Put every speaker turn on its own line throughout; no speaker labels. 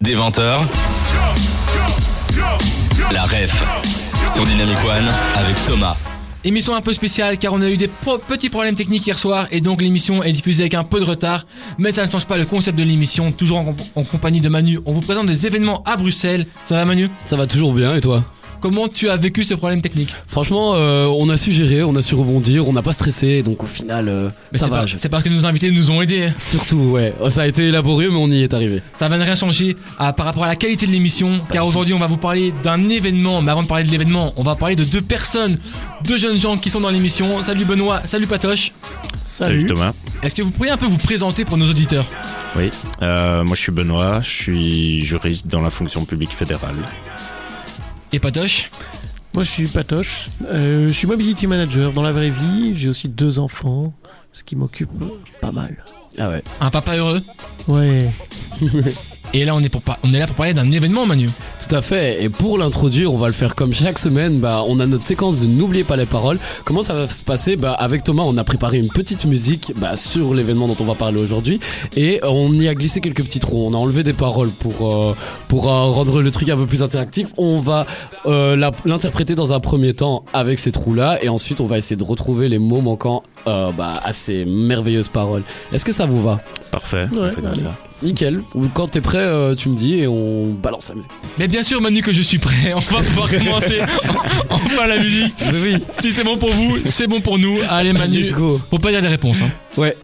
Dès 20h, la ref sur Dynamic One avec Thomas.
Émission un peu spéciale car on a eu des pro- petits problèmes techniques hier soir et donc l'émission est diffusée avec un peu de retard, mais ça ne change pas le concept de l'émission. Toujours en, comp- en compagnie de Manu, on vous présente des événements à Bruxelles. Ça va Manu
Ça va toujours bien et toi
Comment tu as vécu ce problème technique
Franchement, euh, on a su gérer, on a su rebondir, on n'a pas stressé, donc au final, euh,
Mais
ça
c'est
va.
pas-
je-
C'est parce que nos invités nous ont aidés. hein.
Surtout, ouais, Oh, ça a été élaboré, mais on y est arrivé.
Ça va ne rien changer à- par rapport à la qualité de l'émission, car aujourd'hui on va vous parler d'un événement. Mais avant de parler de l'événement, on va parler de deux personnes, deux jeunes gens qui sont dans l'émission. Salut Benoît, salut Patoche.
Salut, Thomas.
Est-ce que vous pourriez un peu vous présenter pour nos auditeurs
Oui. Euh, moi, je suis Benoît. Je suis juriste dans la fonction publique fédérale.
Et Patoche
Moi, je suis Patoche. Euh, je suis mobility manager dans la vraie vie. J'ai aussi deux enfants, ce qui m'occupe pas mal.
Ah ouais.
Un papa heureux
Ouais.
Et là on est, pour par- on est là pour parler d'un événement Manu.
Tout à fait. Et pour l'introduire, on va le faire comme chaque semaine. Bah, on a notre séquence de n'oubliez pas les paroles. Comment ça va se passer Bah, avec Thomas, on a préparé une petite musique bah, sur l'événement dont on va parler aujourd'hui, et on y a glissé quelques petits trous. On a enlevé des paroles pour euh, pour euh, rendre le truc un peu plus interactif. On va euh, la- l'interpréter dans un premier temps avec ces trous là, et ensuite on va essayer de retrouver les mots manquants euh, bah, à ces merveilleuses paroles. Est-ce que ça vous va
Parfait. on
Ouais,
fait comme
allez.
ça.
Nickel. Quand t'es prêt, euh, tu me dis et on balance la musique.
Mais bien sûr Manu que je suis prêt, on va pouvoir commencer enfin la musique.
Oui.
Si c'est bon pour vous, c'est bon pour nous. Allez Manu,
Let's go.
faut pas dire les réponses. hein.
Ouais.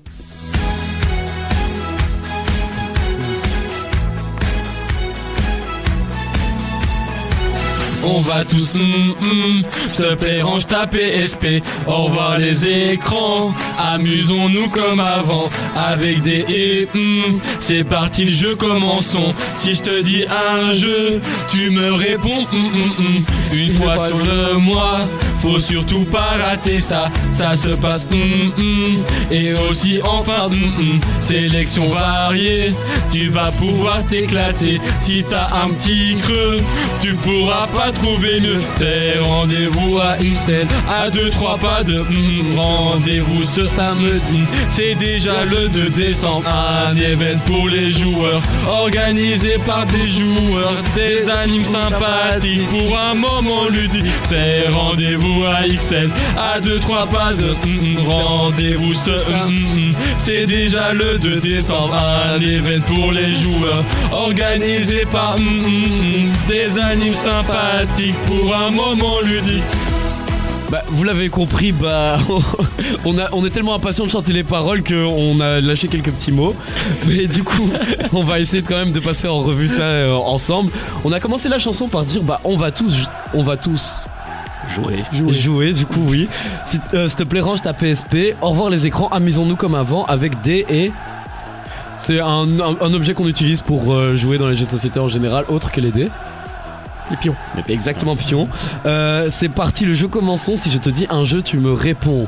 On va tous, hum, hum, s'il te plaît, range ta PSP. Au revoir les écrans, amusons-nous comme avant. Avec des et, hum, c'est parti le jeu, commençons. Si je te dis un jeu, tu me réponds, hum, hum, hum. Une fois
fois
sur le mois, faut surtout pas rater ça. Ça se passe, hum, hum. Et aussi, enfin, hum, hum. Sélection variée, tu vas pouvoir t'éclater. Si t'as un petit creux, tu pourras pas trouver mieux. C'est rendez-vous à une scène, à deux, trois pas de hmm, rendez-vous ce samedi. C'est déjà le 2 décembre, un événement pour les joueurs, organisé par des joueurs, des animes sympathiques pour un moment ludique. C'est rendez-vous à XL, à deux, trois pas de hmm, hmm, rendez-vous ce hmm, hmm. C'est déjà le 2 décembre, un événement pour les joueurs, organisé par hmm, hmm, hmm, des animes sympathiques pour un moment ludique.
Bah, vous l'avez compris, bah, on, a, on est tellement impatient de chanter les paroles qu'on a lâché quelques petits mots. Mais du coup, on va essayer de- quand même de passer en revue ça euh, ensemble. On a commencé la chanson par dire, bah, on va tous, ju- on va tous
Jouer.
jouer. du coup, oui. Si- euh, S'il te plaît, range ta PSP. Au revoir les écrans, amusons-nous comme avant avec des et. C'est un, un- un objet qu'on utilise pour euh, jouer dans les jeux de société en général, autre que les dés.
Les pions.
Exactement, pion. Euh, c'est parti, le jeu commençons. Si je te dis un jeu, tu me réponds.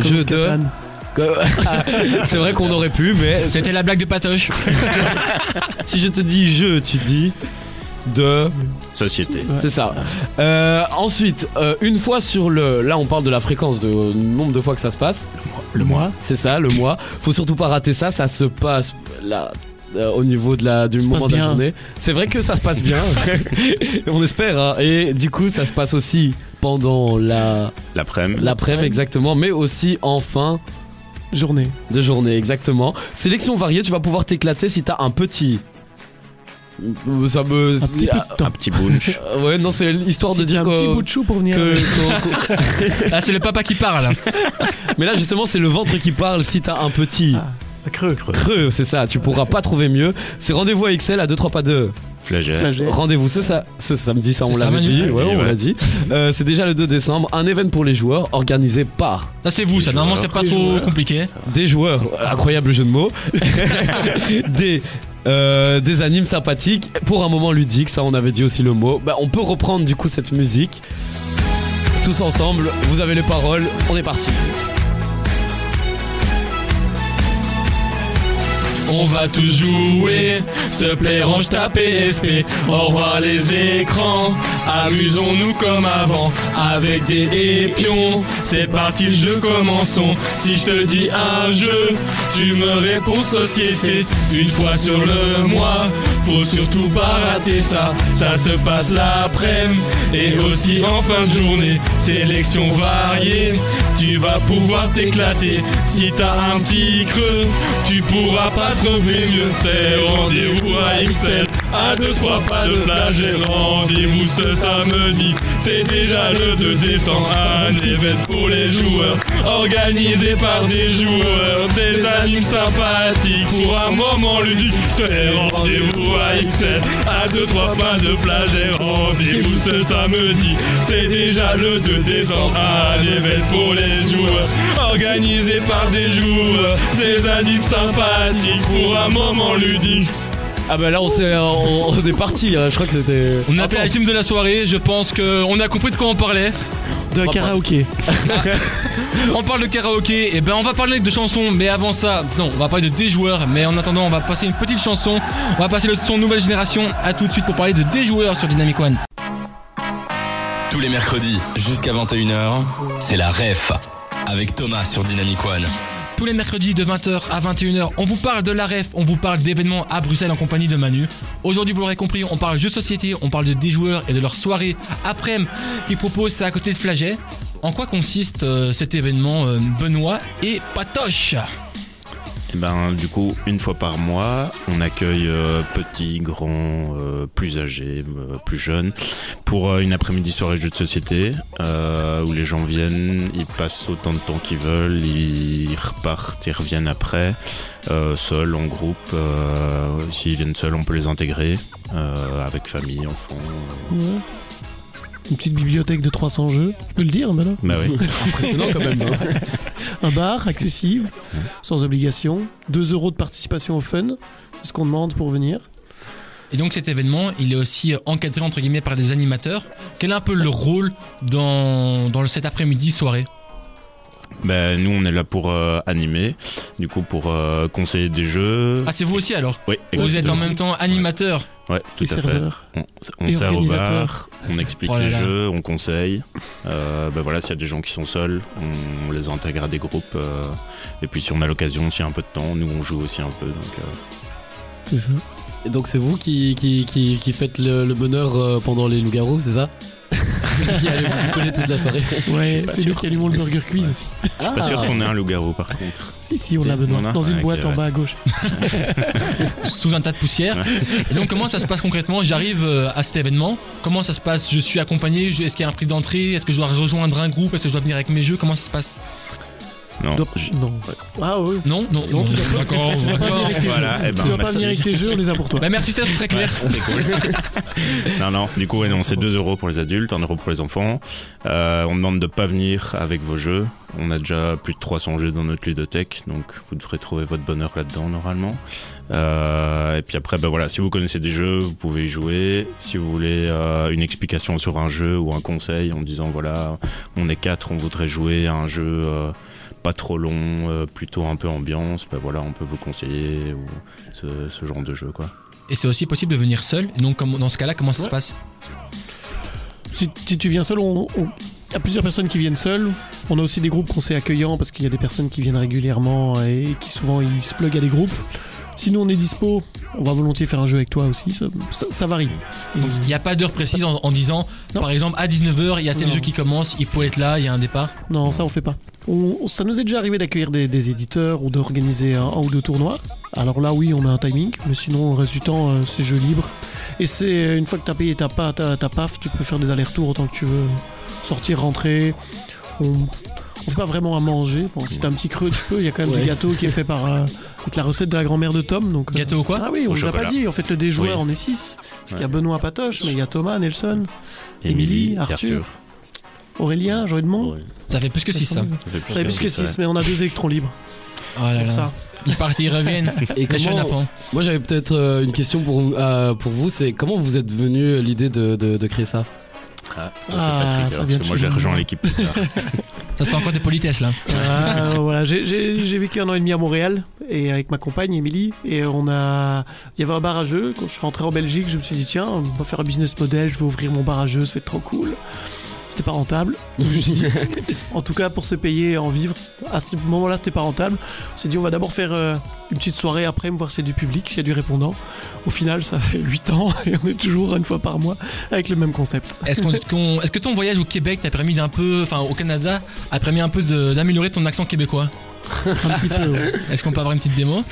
Jeu de.
Catane.
c'est vrai qu'on aurait pu, mais
C'était la blague de Patoche.
si je te dis jeu, tu dis de.
Société.
Ouais.
C'est ça. Euh, ensuite, euh, une fois sur le. Là, on parle de la fréquence, de euh, nombre de fois que ça se passe.
Le mois.
C'est ça, le mois. Faut surtout pas rater ça. Ça se passe là. euh, au niveau de la, du moment
passe
de la
bien.
journée. C'est vrai que ça se passe bien. on espère. hein. Et du coup, ça se passe aussi pendant la.
L'après-midi.
L'après-midi, exactement, mais aussi en fin
Journée.
de journée, exactement. Sélection variée, tu vas pouvoir t'éclater si t'as un petit. Ça me.
Un petit peu de temps.
Un petit bunch.
Euh, Ouais, non, c'est histoire
Si
de
t'as
dire
un petit
que-
bout de chou pour venir.
que-
avec.
que- que-
Là, Ah, c'est le papa qui parle.
Mais là, justement, c'est le ventre qui parle si t'as un petit.
Ah. Creux. Creux.
Creux, c'est ça, tu pourras pas trouver mieux. C'est rendez-vous à XL à 2 3 pas 2.
Flagelle.
Flagelle.
Rendez-vous ce, sa- ce samedi, ça on
Ce
l'avait
samedi,
dit,
oui.
ouais, on
Ouais.
l'a dit. Euh, c'est déjà le 2 décembre, un événement pour les joueurs organisé par
Ça, c'est vous, ça.
Les
Normalement, c'est
joueurs.
pas
Les
trop
joueurs.
compliqué.
des joueurs, incroyable jeu de mots, des, euh, des animes sympathiques pour un moment ludique, ça on avait dit aussi le mot. Bah, on peut reprendre du coup cette musique. Tous ensemble, vous avez les paroles, on est parti.
on va tous jouer. S'il te plaît, range ta PSP. Au revoir les écrans. Amusons-nous comme avant avec des épions. C'est parti, le jeu commençons. Si je te dis un jeu, tu me réponds société. Une fois sur le mois, faut surtout pas rater ça. Ça se passe l'après-midi et aussi en fin de journée. Sélection variée, tu vas pouvoir t'éclater. Si t'as un petit creux, tu pourras pas trouver mieux. C'est rendez-vous à XL. À deux, trois pas de plage et rendez-vous ce samedi. C'est déjà le 2 décembre, un événement pour les joueurs. Organisé par des joueurs, des animes sympathiques pour un moment ludique. C'est rendez-vous à XL. À deux, trois pas de plage et rendez-vous ce samedi. C'est déjà le 2 décembre, un événement pour les joueurs. Organisé par des joueurs, des animes sympathiques pour un moment ludique.
Ah bah là on s'est, euh, on, on est parti. hein. Je crois que c'était.
On a fait la team de la soirée, je pense qu'on a compris de quoi on parlait.
De karaoké.
On parle de karaoké, et ben on va parler de chansons, mais avant ça, non, on va parler de des joueurs, mais en attendant, on va passer une petite chanson. On va passer le son Nouvelle Génération. À tout de suite pour parler de des joueurs sur Dynamic One.
Tous les mercredis jusqu'à 21h, c'est la ref avec Thomas sur Dynamic One.
Tous les mercredis de 20h à 21h, on vous parle de la ref, on vous parle d'événements à Bruxelles en compagnie de Manu. Aujourd'hui, vous l'aurez compris, on parle jeux de société, on parle de des joueurs et de leur soirée après qui propose ça à côté de Flaget. En quoi consiste euh, cet événement euh, Benoît et Patoche
Eh ben, du coup, une fois par mois, on accueille euh, petits, grands, euh, plus âgés, euh, plus jeunes, pour euh, une après-midi soirée jeux de société, euh, où les gens viennent, ils passent autant de temps qu'ils veulent, ils repartent, ils reviennent après, euh, seuls, en groupe. euh, S'ils viennent seuls, on peut les intégrer, euh, avec famille, enfants. euh.
Ouais. Une petite bibliothèque de 300 jeux. Je peux le dire maintenant.
Bah oui.
Impressionnant quand même. hein.
Un bar accessible, sans obligation. 2 euros de participation au fun. C'est ce qu'on demande pour venir.
Et donc cet événement, il est aussi euh, encadré entre guillemets par des animateurs. Quel est un peu le rôle dans, dans cet après-midi soirée
Ben, nous, on est là pour euh, animer, du coup, pour euh, conseiller des jeux.
Ah c'est vous aussi alors
oui,
Vous êtes en
exactement.
même temps animateur.
Ouais, tout
Et
à fait.
serveur.
On, on
Et
sert au
organisateur.
bar, on explique
Oh là
les
là.
jeux, on conseille. Euh, ben voilà, s'il y a des gens qui sont seuls, on, on les intègre à des groupes. euh, et puis si on a l'occasion, s'il y a un peu de temps, nous on joue aussi un peu. Donc, euh,
C'est ça.
Et donc c'est vous qui, qui, qui, qui faites le, le bonheur euh, pendant les loups-garous, c'est ça Qui allez vous couler toute la soirée.
Ouais,
pas
c'est lui
sûr.
qui allumons le burger quiz aussi.
Ah,
pas sûr qu'on ait un loup-garou par contre.
Si, si, on
Si,
l'a Benoît.
on en a
Dans une
Ouais,
boîte
ok,
en
ouais.
bas à gauche.
sous un tas de poussière. Et donc comment ça se passe concrètement J'arrive euh, à cet événement. Comment ça se passe Je suis accompagné Je- Est-ce qu'il y a un prix d'entrée Est-ce que je dois rejoindre un groupe Est-ce que je dois venir avec mes jeux Comment ça se passe
Non.
Donc,
je-
non. Ah oui.
Non, non, non. D'accord, d'accord.
avec tes
Voilà,
jeux.
eh ben,
tu dois pas
merci.
venir avec tes jeux, on les a pour toi.
Bah merci, c'était très clair.
Non, non, du coup, ouais, non, c'est 2 euros pour les adultes, 1 euro pour les enfants. Euh, on demande de pas venir avec vos jeux. On a déjà plus de 300 jeux dans notre ludothèque, donc vous devrez trouver votre bonheur là-dedans normalement. Euh, et puis après, ben voilà, si vous connaissez des jeux, vous pouvez y jouer. Si vous voulez euh, une explication sur un jeu ou un conseil en disant voilà, on est quatre, on voudrait jouer à un jeu euh, pas trop long, euh, plutôt un peu ambiance, ben voilà, on peut vous conseiller ou ce, ce genre de jeu quoi.
Et c'est aussi possible de venir seul. Donc comme- dans ce cas-là, comment ça se passe
Si, si tu viens seul, on. on- il y a plusieurs personnes qui viennent seules. On a aussi des groupes qu'on sait accueillants parce qu'il y a des personnes qui viennent régulièrement et qui souvent ils se pluguent à des groupes. Si nous on est dispo, on va volontiers faire un jeu avec toi aussi. Ça, ça- ça varie.
Donc il n'y a pas d'heure précise en, en disant,
Non.
par exemple, à 19h, il y a tel
Non.
jeu qui commence, il faut être là, il y a un départ.
Non, ça on fait pas. On- on- ça nous est déjà arrivé d'accueillir des, des éditeurs ou d'organiser un, un ou deux tournois. Alors là, oui, on a un timing, mais sinon, au reste du temps, euh, c'est jeu libre. Et c'est euh, une fois que t'as payé ta, pa- ta, ta paf, tu peux faire des allers-retours autant que tu veux. Sortir, rentrer. On, on fait pas vraiment à manger. Bon, si t'as un petit creux, tu peux. Il y a quand même
Ouais.
du gâteau qui est fait par euh, avec la recette de la grand-mère de Tom. Donc, euh,
Gâteau ou quoi
Ah oui, on
Au
nous a pas
chocolat.
dit. En fait, le déjoueur,
Oui.
on est 6. Parce qu'il y a
Ouais.
Benoît Patoche, mais il y a Thomas, Nelson, Émilie,
Émilie,
Arthur. Aurélien, Joël Dumont.
Ça fait plus que 6 hein. ça.
Ça fait plus que
ça.
6, mais on a deux électrons libres.
Oh là
C'est pour
là.
ça.
Ils partent, ils reviennent.
Et
Là, je suis un
comment-
apant.
Moi j'avais peut-être euh, une question pour, vous- euh, pour vous, c'est comment vous êtes venu euh, l'idée de, de, de créer ça
Ah, ça, c'est
Ah,
pas
ça vient
trigger, parce
de
que moi
chez
j'ai
nous.
rejoint l'équipe plus tard.
Ça se fait encore des politesses là.
euh, Ah, voilà, j'ai- j'ai j'ai vécu un an et demi à Montréal et avec ma compagne Émilie et on a il y avait un bar à jeux quand je suis rentré en Belgique je me suis dit tiens on va faire un business model je vais ouvrir mon bar à jeux ça va être trop cool c'était pas rentable Donc, je me suis dit, en tout cas pour se payer et en vivre à ce moment là c'était pas rentable on s'est dit on va d'abord faire euh, une petite soirée après me voir s'il y a du public s'il y a du répondant au final ça fait 8 ans et on est toujours une fois par mois avec le même concept
Est-ce qu'on- qu'on- est-ce que ton voyage au Québec t'a permis d'un peu, enfin au Canada, a permis un peu de- d'améliorer ton accent québécois
un petit peu ouais.
Est-ce qu'on peut avoir une petite démo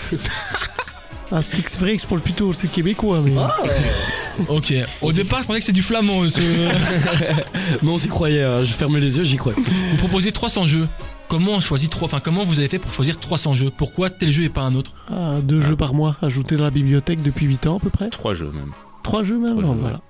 Ah, c'est que c'est vrai que je parle plutôt aussi québécois, mais
Ok. Au départ, je pensais que c'était du flamand. euh, ce-
Mais on s'y croyait, hein. je ferme les yeux, j'y crois.
Vous proposez 300 jeux. Comment on choisit trois Enfin, comment vous avez fait pour choisir 300 jeux Pourquoi tel jeu et pas un autre
Ah, deux jeux par mois ajoutés dans la bibliothèque depuis 8 ans à peu près.
Trois jeux même.
Trois jeux même,
Trois
non,
jeux,
voilà.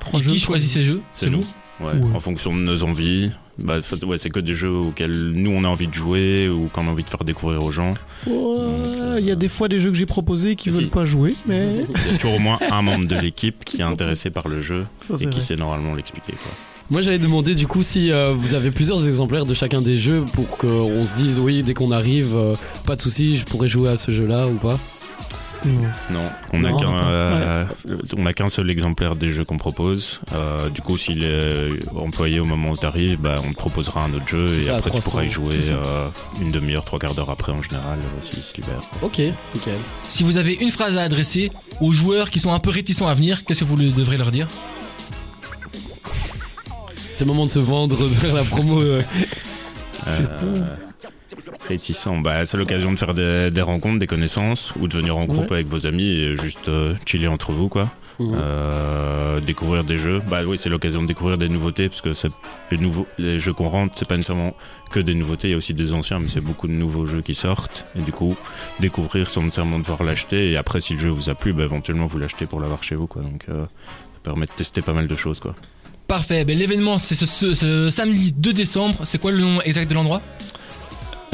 Trois
Et
jeux,
qui
trois
choisit
jeux.
ces jeux
C'est nous. Ouais,
Ouais.
En fonction de nos envies. Bah, fait- ouais, c'est que des jeux auxquels nous on a envie de jouer ou qu'on a envie de faire découvrir aux gens.
euh,
Ouais, Il y a des fois des jeux que j'ai proposés
Ah,
qui
Si.
veulent pas jouer, mais
Il y a toujours au moins un membre de l'équipe qui est intéressé par le jeu
ça
et
c'est
qui
vrai.
sait normalement l'expliquer. quoi.
Moi j'allais demander du coup si euh, vous avez plusieurs exemplaires de chacun des jeux pour qu'on se dise oui dès qu'on arrive, euh, pas de souci, je pourrais jouer à ce jeu là ou pas.
Euh,
Non.
Non, on n'a
Non,
qu'un
pas.
euh, on n'a qu'un seul exemplaire des jeux qu'on propose. Euh, du coup, s'il est employé au moment où tu arrives, bah, on te proposera un autre jeu
C'est
et
ça,
après tu
300,
pourras y jouer
c'est ça.
euh, une demi-heure, trois quarts d'heure après en général, euh, s'il se libère.
Ok, nickel.
Si vous avez une phrase à adresser aux joueurs qui sont un peu réticents à venir, qu'est-ce que vous le- devrez leur dire
C'est le moment de se vendre, de faire la promo. euh.
Euh, réticent, bah, c'est l'occasion de faire des, des rencontres, des connaissances ou de venir en groupe avec vos amis et juste euh, chiller entre vous quoi.
Mhm.
Euh, découvrir des jeux. Bah oui, c'est l'occasion de découvrir des nouveautés parce que c'est les nouveaux les jeux qu'on rentre, c'est pas nécessairement que des nouveautés, il y a aussi des anciens, mais c'est beaucoup de nouveaux jeux qui sortent. Et du coup, découvrir sans nécessairement devoir l'acheter. Et après, si le jeu vous a plu, bah, éventuellement vous l'achetez pour l'avoir chez vous quoi. Donc euh, ça permet de tester pas mal de choses quoi.
Parfait. Ben, L'événement, c'est ce, ce- ce samedi 2 décembre. C'est quoi le nom exact de l'endroit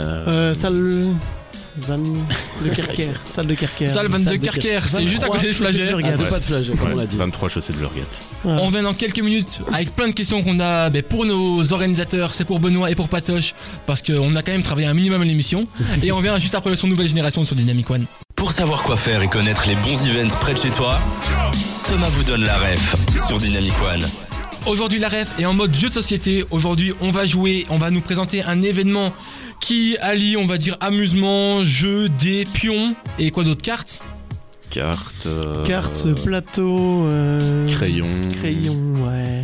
Euh,
Euh, salle Van de Kerker, salle de Kerker.
Salle Van
salle
de
de
Kerker. C'est
23,
juste à côté de Flagey.
c'est
Ah,
Burgat.
deux pas de flagey, comme on
ouais,
l'a dit.
23 chaussées de Lurguette.
On revient dans quelques minutes avec plein de questions qu'on a ben, pour nos organisateurs, c'est pour Benoît et pour Patoche, parce qu'on a quand même travaillé un minimum à l'émission. et on revient juste après le son Nouvelle Génération sur Dynamic One.
Pour savoir quoi faire et connaître les bons events près de chez toi, Thomas vous donne la ref sur Dynamic One.
Aujourd'hui la ref est en mode jeu de société. Aujourd'hui on va jouer, on va nous présenter un événement qui allie on va dire amusement, jeu, dés, pions et quoi d'autre cartes.
Carte. euh,
Carte, plateau, euh,
Crayon.
crayon, ouais,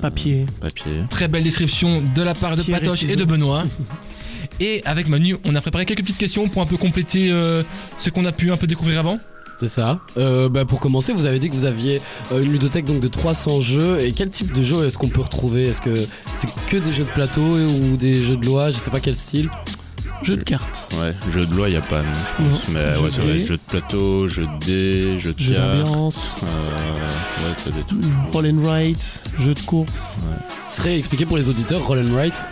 papier.
Papier.
Très belle description de la part de
Pierre et
Patoche et,
ciseaux.
de Benoît. Et avec Manu, on a préparé quelques petites questions pour un peu compléter euh, ce qu'on a pu un peu découvrir avant.
C'est ça. Euh, bah, pour commencer, vous avez dit que vous aviez euh, une ludothèque donc de 300 jeux. Et quel type de jeu est-ce qu'on peut retrouver Est-ce que c'est que des jeux de plateau ou des jeux de loi Je sais pas quel style.
Jeu de cartes,
Ouais, jeu de loi, il a pas, non, je pense. Mais
Jeu
ouais,
de
ça va être
dés.
jeu de plateau, jeu de dés, jeu de
jeu
cartes.
d'ambiance, Mm.
Euh, ouais, t'as des trucs.
roll and write, jeu de course.
Ce serait expliqué pour les auditeurs, Roll and Write.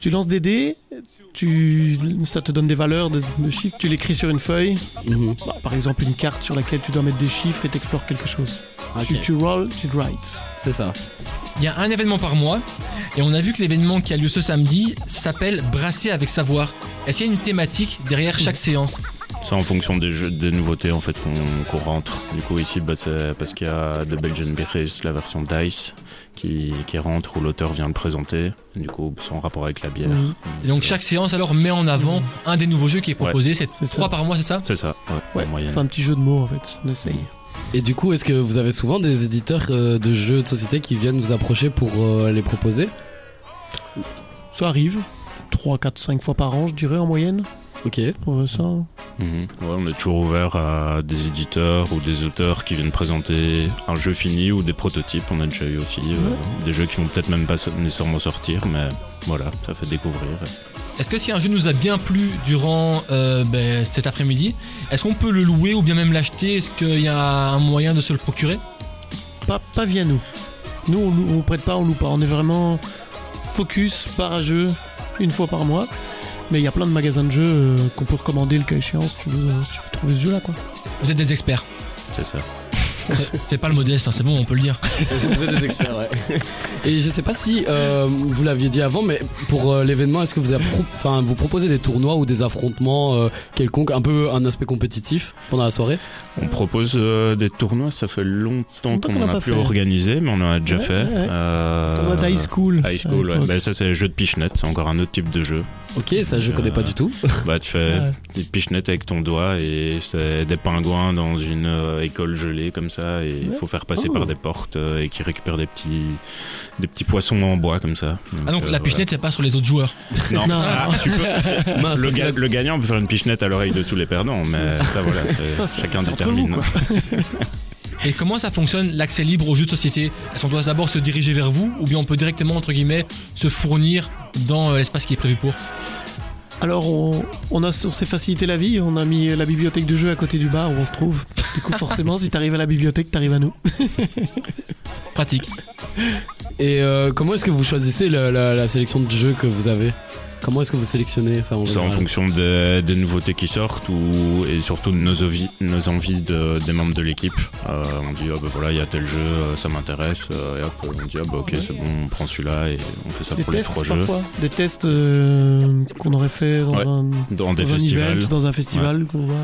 Tu lances des dés, tu, ça te donne des valeurs de, de chiffres, tu l'écris sur une feuille,
Mhm.
Bah, par exemple une carte sur laquelle tu dois mettre des chiffres et t'explores quelque chose. Tu,
Ah,
Ok,
tu roll, tu write.
C'est ça.
Il y a un événement par mois et on a vu que l'événement qui a lieu ce samedi s'appelle Brasser avec savoir. Est-ce qu'il y a une thématique derrière chaque séance
C'est en fonction des, jeux, des nouveautés en fait qu'on qu'on rentre. Du coup ici bah, c'est parce qu'il y a The Belgian Beers, la version Dice, qui, qui rentre où l'auteur vient le présenter. Du coup c'est en rapport avec la bière.
Mhm.
Et donc chaque séance alors met en avant un des nouveaux jeux qui est proposé.
c'est
C'est
ça.
trois par mois, c'est ça
C'est ça, ouais,
Ouais,
en moyenne.
c'est un petit jeu de mots en fait, on essaye.
Et du coup, est-ce que vous avez souvent des éditeurs euh, de jeux de société qui viennent vous approcher pour euh, les proposer
Ça arrive, 3, 4, 5 fois par an je dirais en moyenne.
Ok.
Ouais, ça.
Mhm. Ouais, on est toujours ouvert à des éditeurs ou des auteurs qui viennent présenter un jeu fini ou des prototypes. On a déjà eu aussi euh, des jeux qui vont peut-être même pas so- nécessairement sortir, mais voilà, ça fait découvrir.
Est-ce que si un jeu nous a bien plu durant euh, ben, cet après-midi, est-ce qu'on peut le louer ou bien même l'acheter Est-ce qu'il y a un moyen de se le procurer
Pas, pas via nous. Nous on, loue- on prête pas, on loue pas. On est vraiment focus, par à jeu, une fois par mois. Mais il y a plein de magasins de jeux euh, qu'on peut recommander le cas échéant si tu veux, si tu veux trouver ce jeu là quoi.
Vous êtes des experts.
C'est ça.
C'est pas le modeste, hein, c'est bon, on peut le dire.
Vous êtes des experts, ouais. Et je sais pas si euh, vous l'aviez dit avant, mais pour euh, l'événement, est-ce que vous, avez pro- enfin, vous proposez des tournois ou des affrontements euh, quelconques, un peu un aspect compétitif pendant la soirée
On propose euh, des tournois, ça fait longtemps
Longtemps
qu'on
qu'on
en
n'a
a
pas
plus
fait.
organisé, mais on en a déjà
Ouais,
fait.
ouais, ouais.
Euh,
Tournoi d'high school.
High school,
À
ouais.
l'époque.
Bah, ça c'est le jeu de pichenette, c'est encore un autre type de jeu.
Ok, ça je connais pas du tout.
Bah, tu fais
Ouais.
des pichenettes avec ton doigt et c'est des pingouins dans une euh, école gelée comme ça et il faut faire passer
Oh.
par des portes euh, et qui récupèrent des petits, des petits poissons en bois comme ça.
Ah donc
euh,
la
ouais.
pichenette, c'est pas sur les autres joueurs.
Non,
Non.
Ah, tu peux-
Mince,
le,
parce que
ga-
la-
le gagnant peut faire une pichenette à l'oreille de tous les perdants, mais ça voilà, c'est-
Ça, c'est-
chacun
c'est entre vous,
détermine. hein.
quoi.
Et comment ça fonctionne l'accès libre aux jeux de société Est-ce qu'on doit d'abord se diriger vers vous ou bien on peut directement, entre guillemets, se fournir dans euh, l'espace qui est prévu pour
Alors, on, on a, on s'est facilité la vie. On a mis la bibliothèque de jeu à côté du bar où on se trouve. Du coup, forcément, si t'arrives à la bibliothèque, t'arrives à nous.
Pratique.
Et euh, comment est-ce que vous choisissez la, la- la sélection de jeux que vous avez Comment est-ce que vous sélectionnez ça en
Ça en
général
fonction des, des nouveautés qui sortent ou, et surtout de nos, ovi- nos envies de- des membres de l'équipe. Euh, on dit, ah bah voilà, il y a tel jeu, euh, ça m'intéresse. euh, et hop, on dit, ah bah ok, c'est bon, on prend celui-là et on fait ça
Des
pour
tests,
les trois jeux.
parfois. Des tests euh, qu'on aurait fait dans
Ouais.
un,
Dans des
dans un
festivals.
event, dans un festival. qu'on voit.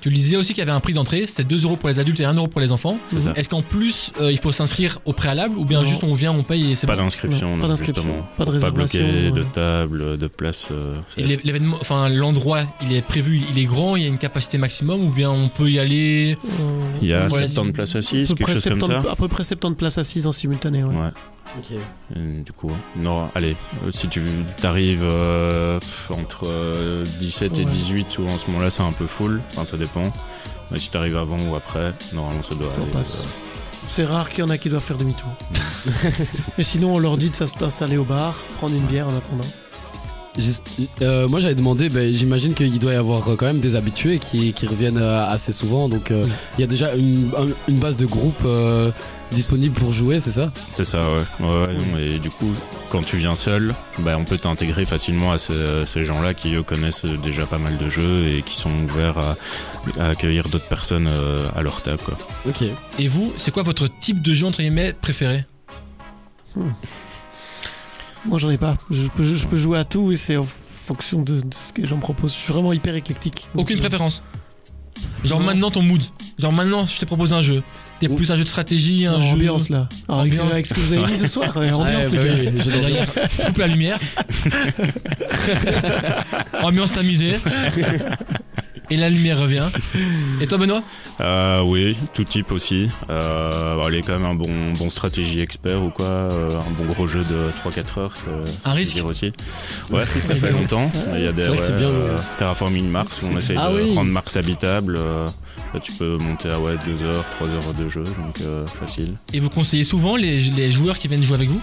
Tu le disais aussi qu'il y avait un prix d'entrée, c'était 2 euros pour les adultes et 1 euro pour les enfants.
C'est ça.
Est-ce qu'en plus, euh, il faut s'inscrire au préalable ou bien
Non.
juste on vient, on paye et c'est
Pas
bon
d'inscription,
Non,
non,
pas d'inscription,
justement.
pas de
Pas
réservation,
bloqué de
ouais.
table, de place. euh, c'est-
Et l'é- l'événement, enfin l'endroit, il est prévu, il est grand, il y a une capacité maximum ou bien on peut y aller
Euh,
il y a
Voilà,
70 places assises,
à, peu
quelque
près
chose comme ça.
70 à peu près 70 places assises en simultané. ouais.
Ouais.
Ok.
Et Euh, Du coup, non, allez, euh, si tu arrives entre euh, 17 et
Ouais.
18, ou en ce moment-là, c'est un peu full, enfin, ça dépend. Mais si t'arrives avant ou après, normalement, ça doit
Ça
aller.
passe.
euh,
C'est rare qu'il y en a qui doivent faire demi-tour. Mais sinon, on leur dit de s'inst- s'installer au bar, prendre une bière en attendant.
Juste, euh, moi j'avais demandé, ben, j'imagine qu'il doit y avoir euh, quand même des habitués qui, qui reviennent euh, assez souvent, donc euh, il
Oui.
y a déjà une, un- une base de groupe euh, disponible pour jouer, c'est ça
C'est ça, ouais. Ouais, ouais, non, et du coup, quand tu viens seul, bah, on peut t'intégrer facilement à ce- ces gens-là qui eux connaissent déjà pas mal de jeux et qui sont ouverts à, à accueillir d'autres personnes euh, à leur table. Quoi.
Ok.
Et vous, c'est quoi votre type de jeu entre guillemets préféré
Moi, j'en ai pas. Je peux, je peux jouer à tout et c'est en fonction de, de ce que j'en propose. Je suis vraiment hyper éclectique. Donc,
Aucune
euh,
préférence. Genre
Non.
maintenant ton mood. Genre maintenant je te propose un jeu. T'es
Ouh.
plus un jeu de stratégie, un
non,
jeu.
Ambiance là. Alors, avec,
Ambiance.
avec ce que vous avez mis ce soir, euh, ambiance
Ouais,
les
bah
gars.
oui, je dois-
Derrière, je coupe la lumière. Ambiance tamisée. Et la lumière revient. Et toi Benoît
Euh, oui, tout type aussi. Euh, bah, allez, quand même un bon, bon stratégie expert ou quoi, euh, un bon gros jeu de 3-4 heures. c'est-
Un risque.
dire aussi. Ouais, ça fait longtemps. Il y a des
C'est vrai que c'est
ouais,
bien,
euh,
ouais.
terraforming Mars, on essaye
Ah
de
oui.
rendre Mars habitable. euh, là, tu peux monter à ouais 2 heures, 3 heures de jeu, donc euh, facile.
Et vous conseillez souvent les, les joueurs qui viennent jouer avec vous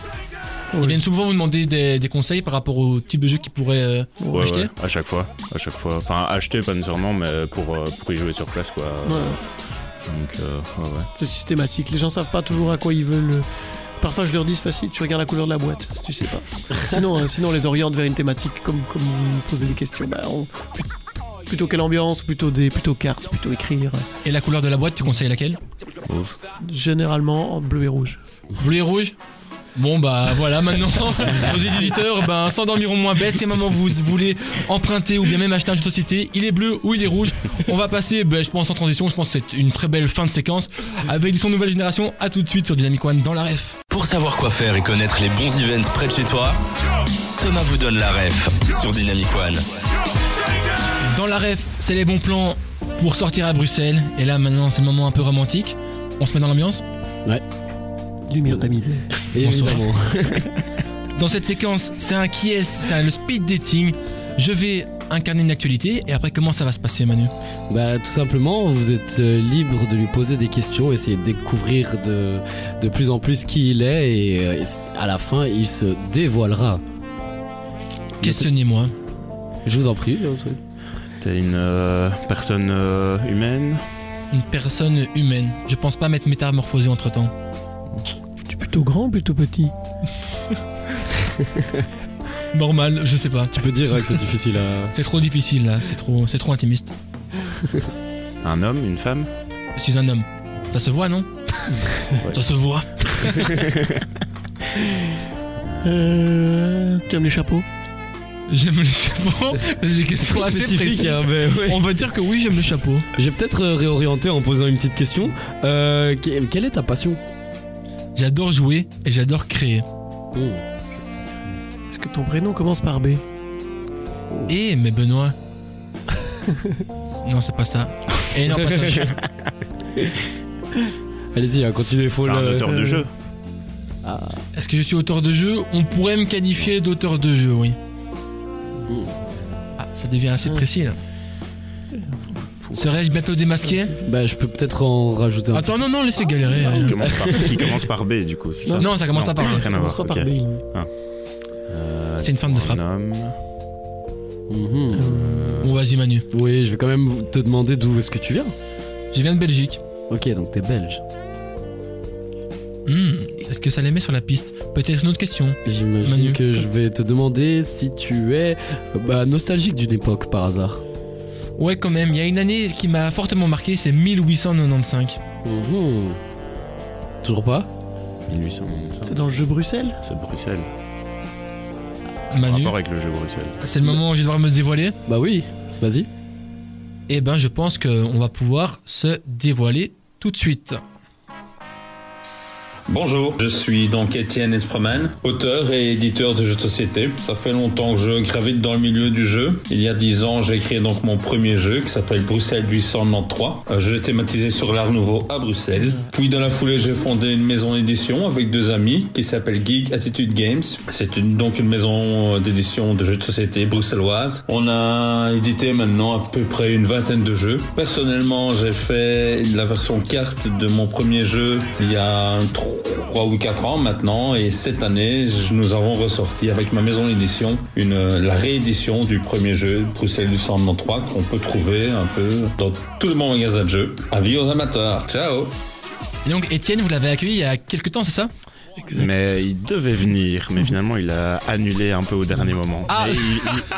Ils
Oui.
viennent souvent vous demander des, des conseils par rapport au type de jeu qu'ils pourraient euh,
Ouais,
acheter
ouais, à chaque fois, à chaque fois. Enfin, acheter pas nécessairement, mais pour, euh, pour y jouer sur place, quoi.
Ouais,
Donc, euh, ouais, ouais.
c'est systématique. Les gens savent pas toujours à quoi ils veulent. euh, Parfois, je leur dis c'est facile. Tu regardes la couleur de la boîte, si tu sais pas. sinon, euh, sinon, on les oriente vers une thématique comme comme vous posez des questions. Bah, on- plutôt quelle ambiance, plutôt des, plutôt cartes, plutôt écrire.
Et la couleur de la boîte, tu conseilles laquelle
Ouf.
Généralement en bleu et rouge.
Bleu et rouge Bon bah voilà maintenant, aux éditeurs, ben s'endormiront moins bête, si moment vous voulez emprunter ou bien même acheter un jeu de société, il est bleu ou il est rouge. On va passer, ben, je pense en transition, je pense que c'est une très belle fin de séquence avec son nouvelle génération, à tout de suite sur Dynamic One dans la ref.
Pour savoir quoi faire et connaître les bons events près de chez toi, Thomas vous donne la ref sur Dynamic One.
Dans la ref, c'est les bons plans pour sortir à Bruxelles, et là maintenant c'est le moment un peu romantique, on se met dans l'ambiance
Lumière tamisée.
Et
Bonsoir.
évidemment.
Dans cette séquence, c'est un qui est, c'est un- le speed dating. Je vais incarner une actualité et après comment ça va se passer Manu
Bah, tout simplement, vous êtes euh, libre de lui poser des questions, essayer de découvrir de, de plus en plus qui il est, et, euh, et à la fin, il se dévoilera.
Questionnez-moi.
Je vous en prie.
T'es une euh, personne euh, humaine
Une personne humaine. Je pense pas m'être métamorphosé entre temps.
Tu es plutôt grand, plutôt petit.
Normal, je sais pas.
Tu peux dire que c'est difficile hein. à.
C'est trop difficile là, c'est trop, c'est trop intimiste.
Un homme Une femme
Je suis un homme. Ça se voit, non Ça se voit.
Euh, tu aimes les chapeaux
J'aime le chapeau. Des questions assez précises. On va dire que hein, oui, j'aime le chapeau.
J'ai peut-être euh, réorienté en posant une petite question. Euh, que- quelle est ta passion
J'adore jouer et j'adore créer.
Est-ce que ton prénom commence par B
Eh, mais Benoît. non, c'est pas ça. Et non, pas ton chien.
Allez-y, hein, continuez, faut
C'est un
le-
auteur de jeu.
Est-ce que je suis auteur de jeu On pourrait me qualifier d'auteur de jeu, oui. Ah, ça devient assez précis là. Serais-je bientôt démasqué
Bah, je peux peut-être en rajouter un.
Attends, non, non, laissez galérer.
Qui commence par, qui commence par B, du coup, c'est ça
Non, ça commence pas par B.
Rien à voir.
Commencera par
ok.
B.
Euh,
C'est une fin de frappe.
Un homme.
Mhm.
Bon, vas-y, Manu.
Oui, je vais quand même te demander d'où est-ce que tu viens.
Je viens de Belgique.
Ok, donc t'es belge.
Hmm, Est-ce que ça les met sur la piste Peut-être une autre question.
J'imagine
Manu.
que je vais te demander si tu es euh, bah, nostalgique d'une époque par hasard.
Ouais, quand même, il y a une année qui m'a fortement marqué, c'est 1895.
Mhm. Toujours pas
1895.
C'est dans le jeu Bruxelles
C'est Bruxelles.
Manu,
Rapport avec le jeu Bruxelles.
c'est le moment où je vais devoir me dévoiler.
Bah oui, vas-y.
Eh ben, je pense qu'on va pouvoir se dévoiler tout de suite.
Bonjour, je suis donc Étienne Espreman, auteur et éditeur de jeux de société. Ça fait longtemps que je gravite dans le milieu du jeu. Il y a 10 ans, j'ai créé donc mon premier jeu qui s'appelle Bruxelles 893. Un jeu thématisé sur l'art nouveau à Bruxelles. Puis dans la foulée, j'ai fondé une maison d'édition avec deux amis qui s'appelle Geek Attitude Games. C'est une- donc une maison d'édition de jeux de société bruxelloise. On a édité maintenant à peu près une vingtaine de jeux. Personnellement, j'ai fait la version carte de mon premier jeu il y a trois ou quatre ans maintenant et cette année je- nous avons ressorti avec ma maison d'édition une euh, la réédition du premier jeu Bruxelles du 193 qu'on peut trouver un peu dans tout le bon magasin de jeux. Avis aux amateurs. Ciao.
Et donc, Étienne, vous l'avez accueilli il y a quelques temps, c'est ça
Mais il devait venir, mais finalement il a annulé un peu au dernier moment.
Ah.
Mais il-